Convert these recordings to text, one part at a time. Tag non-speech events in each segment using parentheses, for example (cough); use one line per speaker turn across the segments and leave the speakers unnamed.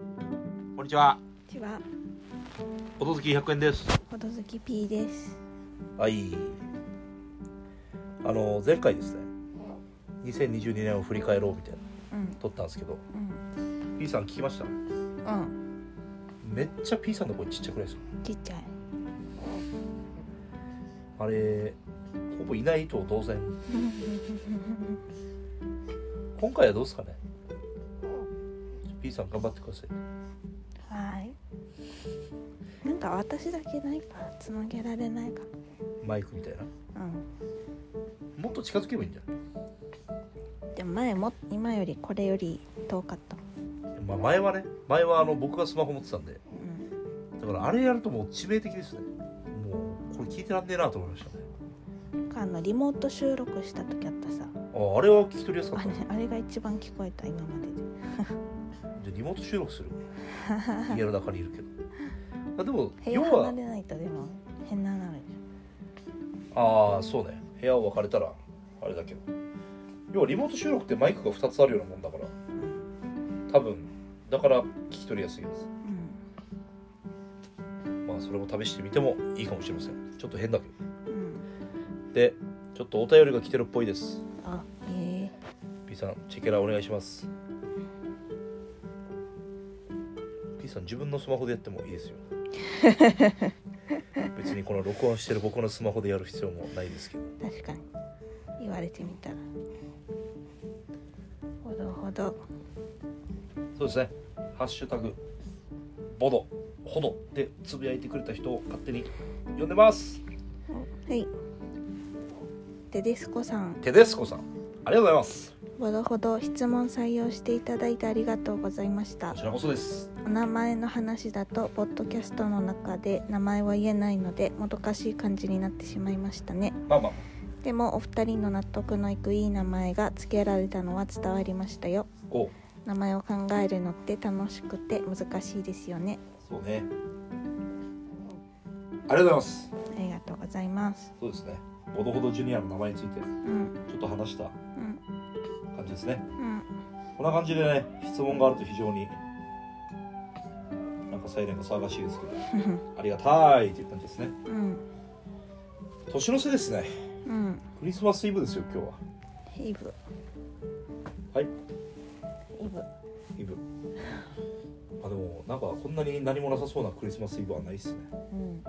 んにちは。
こんにちは、
おとずき100円です。
ほどずき P です。
はい。あの、前回ですね、2022年を振り返ろうみたいな、
うん、
撮ったんですけど、
うん、
P さん聞きました
うん、
めっちゃ P さんの声ちっちゃくないですか
ちっちゃい。
あれ、ほぼいないと同
(laughs)
然。今回はどうですかね ?P さん頑張ってください。
はい。なんか私だけないから、つなげられないか
マイクみたいな。
な。う
もっと近づけばいいんじゃない
ん、でも前も、今より、これより遠かった。
まあ前はね、前はあの僕がスマホ持ってたんで、
うん、
だからあれやるともう致命的ですね。もう、これ聞いてらんねえなと思いましたね。
あのリモート収録した時あったさ。
ああれは聞き取りやすかっ
あ
た
れ
な、
あれが一番聞こえた、今までで。
じゃあリモート収録する家の中にいるけどあでも
部
要
屋
は
離れないと、でも、変ななるじ
ああそうね部屋を分かれたらあれだけど要はリモート収録ってマイクが2つあるようなもんだから多分だから聞き取りやすいやつ
ゃん。うん。
まあそれも試してみてもいいかもしれませんちょっと変だけど
うん、
でちょっとお便りが来てるっぽいです
あ、え
P さんチェケラお願いします P さん自分のスマホでやってもいいですよ別にこの録音してる僕のスマホでやる必要もないですけど
え確かに。言われてみたら。ほどほど。
そうですね「ハッシュタグボドほど」でつぶやいてくれた人を勝手に呼んでます
はい。テデスコさん、
テデスコさんありがとうございます
ほどほど質問採用していただいてありがとうございました
こち。らこそです
お名前の話だと、ポッドキャストの中で名前は言えないので、もどかしい感じになってしまいましたね。
まあまあ
でも、お二人の納得のいくいい名前が付けられたのは伝わりましたよ。
こ
名前を考えるのって楽しくて難しいですよね。
うそうねありがとうございます
ありがとうございます。
そうですねボドほどジュニアの名前について
うん、
ちょっと話した
うん、
感じですね
うん、
こんな感じでね質問があると非常になんかサイレンが騒がしいですけどありがたいっていう感じですね
うん、
年の瀬ですね
うん、
クリスマスイブですよ今日は
イブ、
はい
イブ。
イブあでもなんかこんなに何もなさそうなクリスマスイブはないですね
うん。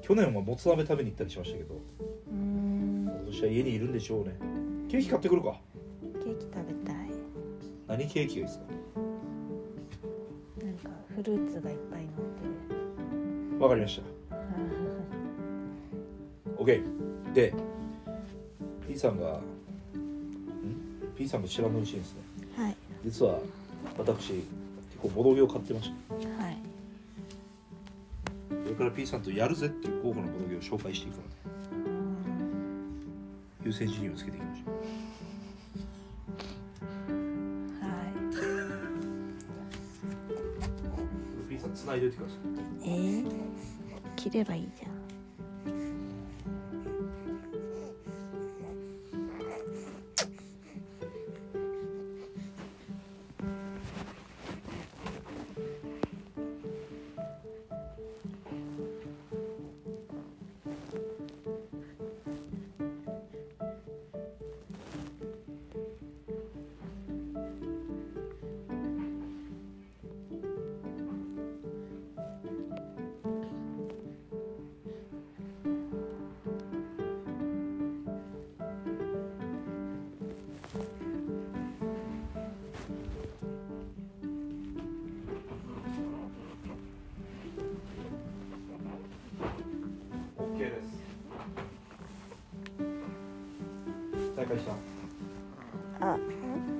去年はもつ鍋食べに行ったりしましたけど
うーん
今年は家にいるんでしょうねケーキ買ってくるか
ケーキ食べたい
何ケーキがいいですか
なんかフルーツがいっぱい乗ってる
わかりました OK で P さんがん P さんが知らぬうちにですね
はい
実は私結構ボドゲを買ってました
はい
これから P さんとやるぜっていう候補のボドゲを紹介していくので
うん
優先順位をつけていきましょう
は
P さん繋いでおいてください
いえー、切ればいいじゃん
オッケーです。再開した。
あ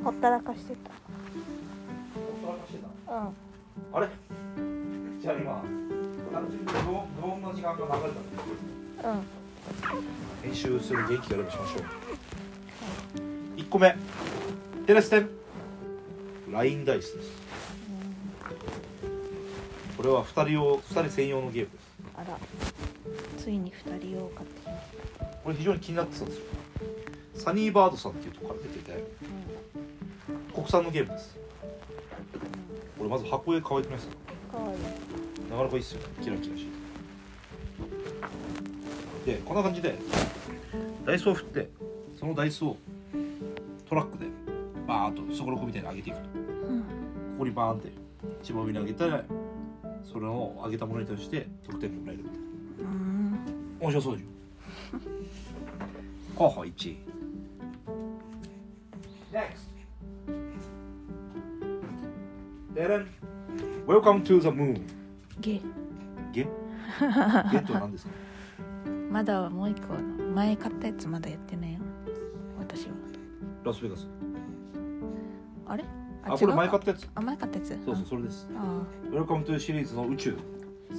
ほったらかしてたうん
あれ。じゃあ今。単純に無音無音の時間が流れた。
うん
編集する元気が出るしましょう。一個目。テレステン。ラインダイスです。これは二人用、二人専用のゲームです。
あらついに二人用を買ってきまし
これ非常に気になってたんですよ。サニーバードさんっていうところから出てて、
た、うん
国産のゲームです。これまず箱絵可愛くないですか。
かわ
なかなかいいっすよキラキラしてでこんな感じでダイソーを振ってそのダイソーをトラックでバーンとそころこみたいに上げていくとこ
うん
こにバーンって一番上に上げたらそれを上げたものに対して得点がもらえるみたいな
うん
面白
(laughs)
そうでしょ候補1 NEXT Darren Welcome to the moon
ゲ
(laughs) ゲゲとは何ですか
まだもう一個前買ったやつまだやってないよ私は
ラスベガス
あれ
あこれ前買ったたやつ
あ前買ったやつ
そうそうそれです
ああ
Welcome to シリーズの宇宙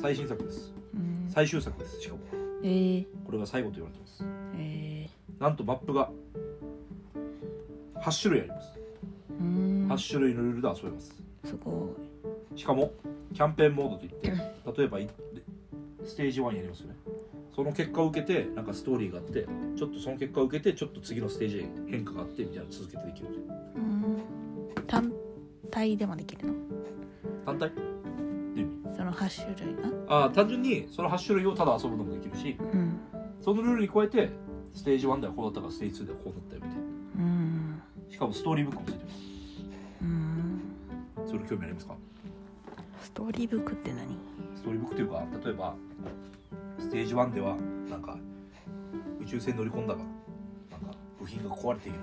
最新作です
うん
最終作ですしかも
えー、
これが最後と言われてます
え
なんとマップが8種類あります
ー、うん
8種類のルールで遊べます
すご
しかもキャンペーンモードといって例えばいステージ1やりますよねその結果を受けてなんかストーリーがあってちょっとその結果を受けてちょっと次のステージへ変化があってみたいなのを続けてできるという
いうん単体でもできるの
単体っていう意味
その8種類が
あー単純にその8種類をただ遊ぶのもできるし
うん
そのルールに加えてステージ1ではこうだったからステージ2ではこうだったよみたい
うん
なしかもストーリーブックもついて
うん
ますそれ興味ありますか
ストーリーブックって何
ストーリーブックというか例えばステージ1ではなんか宇宙船乗り込んだがなんか部品が壊れている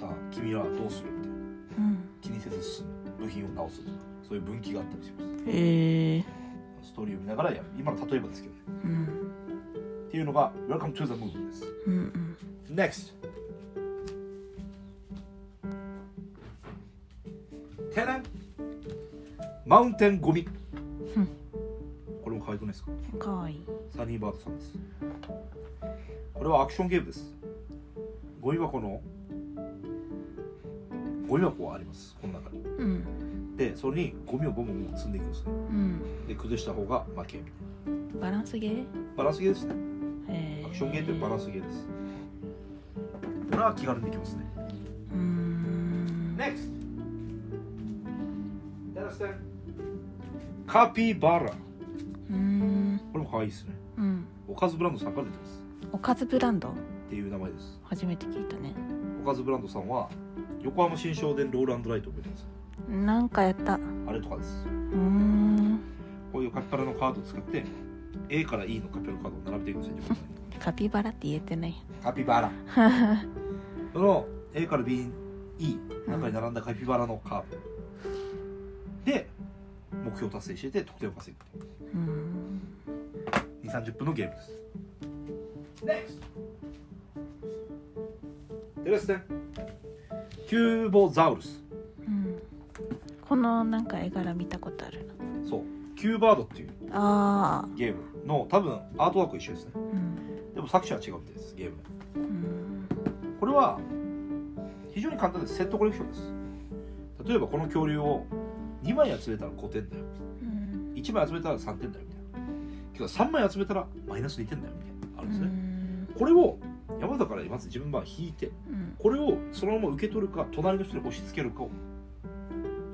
さあ君らはどうするみたいな
うん
気にせず進む部品を直すとかそういう分岐があったりしま
ええ
すストーリーを見ながらやる今の例えばですけどね
うん
っていうのが Welcome to the Moon です
うんうん
NEXT テナンマウンテンゴミ
うん
これも可愛くないですか
かわいい
サニーバードさんですこれはアクションゲームですゴミ箱のゴミ箱はありますこの中に
うん
でそれにゴミをボンボンボン積んでいくんですね
うん
で崩した方が負けみたい
バランスゲー
なバランスゲーですね
えー
アクションゲーというバランスゲーですこれは気軽にできますね
うーん
NEXT カピバラこ
うーん
れも可愛いですね
うん
おかずブランドさんから出てます
おかずブランド
っていう名前です
初めて聞いたね
おかずブランドさんは横浜新商店ロールライトを覚えてます
なんかやったう
あれとかです
ーん
こういうカピバラのカードを使って A から E のカピバラのカードを並べていくんですよ自分の中に
カピバラって言えてない
カピ
(laughs)
バラその A から B E 中に並んだカピバラのカーブで目標達成してて得点を稼ぐ
うーん
2 3 0分のゲームです NEXT でですねキューボザウルス
うんこのなんか絵柄見たことある
そうキューバードっていう
ああ
ゲームの多分アートワーク一緒ですね
うん
でも作者は違うみたいですゲーム
うん
これは非常に簡単ですセットコレクションです例えばこの恐竜を2枚集めたら5点だよ
うん
1枚集めたら3点だよみたいなけど3枚集めたらマイナス2点だよみたいなあるんですね、これを山だからまず自分は引いて
うん
これをそのまま受け取るか隣の人に押し付けるかを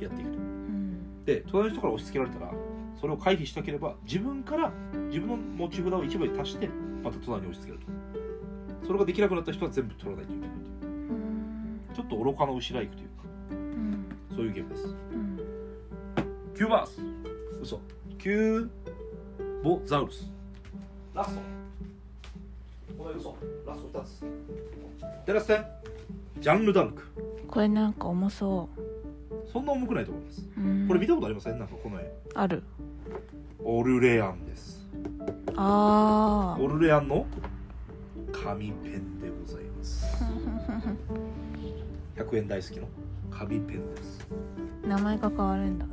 やっていくと
うん
で隣の人から押し付けられたらそれを回避したければ自分から自分の持ち札を1枚足してまた隣に押し付けるとそれができなくなった人は全部取らないといけないという
うん
ちょっと愚かな牛ライクというか
うん
そういうゲームです
うん
キューバース嘘キューボザウルスラストこれ嘘ラスト2つテラステジャンルダルク
これなんか重そ
そんな重くないと思います
う、うん、
これ見たことありませんなんかこの絵
ある
オルレアンです
あ
オルレアンの紙ペンでござい (laughs) ます
あ
100円大好きの紙ペンです
名前が変わるんだ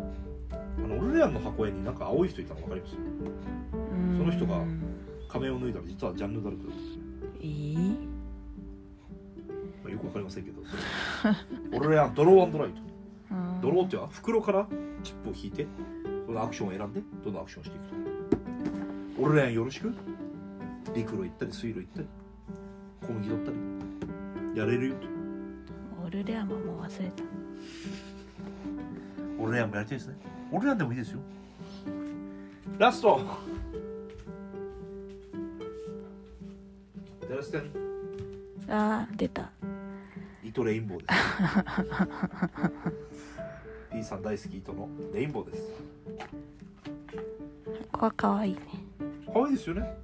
あのオルレアンの箱絵になんか青い人いたの分かります
そ
その人が仮面を脱いだら実はジャンルダルクだった
えー、
まあよくわかりませんけど、それ (laughs) 俺らドローライト。
うん
ドローっていうのは袋からチップを引いて、そのアクションを選んで、どのアクションをしていくと。俺らよろしく。陸路行ったり、水路行ったり、小麦取ったり、やれるよと。
オルレアマもう忘れた
俺らもやりたいですね。俺らでもいいですよ。ラスト確かに
あー出た
糸レインボーです (laughs) P さん大好き糸のレインボーです
ここは可愛いね
可愛いですよねもう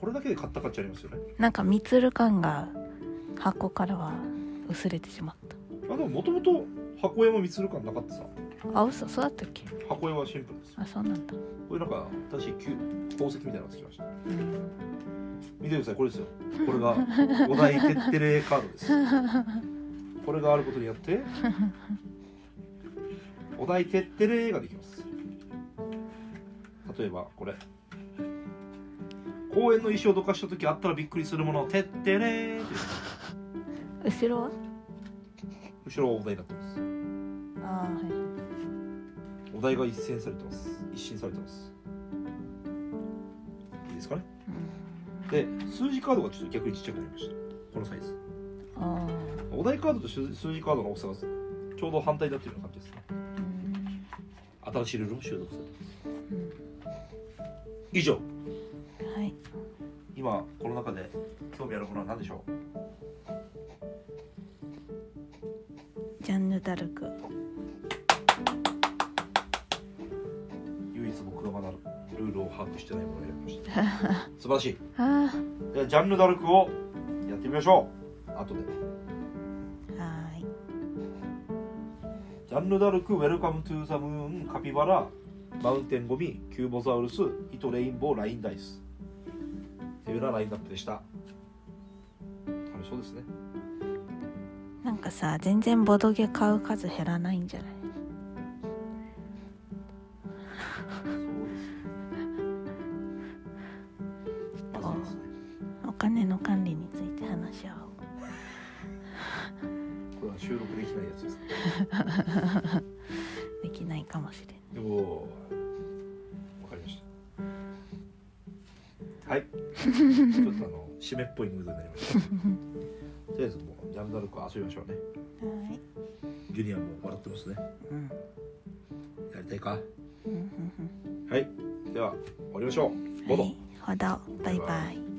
これだけで買った価値ありますよね
なんかミツル感が箱からは薄れてしまっ
あでももともと箱山満感なかったさ
たあ嘘そうだったっけ
箱山はシンプルです
あそうなんだ
これなんか私旧宝石みたいなのがつきました見てくださいこれですよこれがお題決定例カードですこれがあることによってお題決定例ができます例えばこれ公園の石をどかした時あったらびっくりするものを「てってれ」っていう
後ろは
後ろはお題になってます
ああはい
お題が一新されてます一新されてますいいですかねで数字カードがちょっと逆にちっちゃくなりましたこのサイズ
あ
お題カードと数数字カードの大きさがちょうど反対になってるような感じですね
あうん
新しいルールも収録されてます
うん
以上
はい
今この中で興味あるものは何でしょう
ジャンヌ・ダルク
唯一僕がまだルールを把握してないものを選びました素晴らしい
あ
ではジャンヌ・ダルクをやってみましょう後で
あはーい
ジャンヌ・ダルク、ウェルカム・トゥ・ザ・ムーン、カピバラ、マウンテンゴミ、キューボザウルス、イト・レインボー、ライン・ダイス。というようなラインナップでした。楽しそうですね。
なんかさ全然ボドゲ買う数減らないんじゃない
そうですね。まずはですね、
お金の管理について話し合
これは収録できないやつです。
おうできないかもしれん
でも、わかりました。はい。ちょっとあの、締めっぽいムードになりました。とりあえずもう、ジャンヌ・ダルクは遊びましょうね。
はい
ジュニアも笑ってますね。
うん
やりたいか
うんうんうん
はい、では終わりましょう。ボード
はいほどバイバイ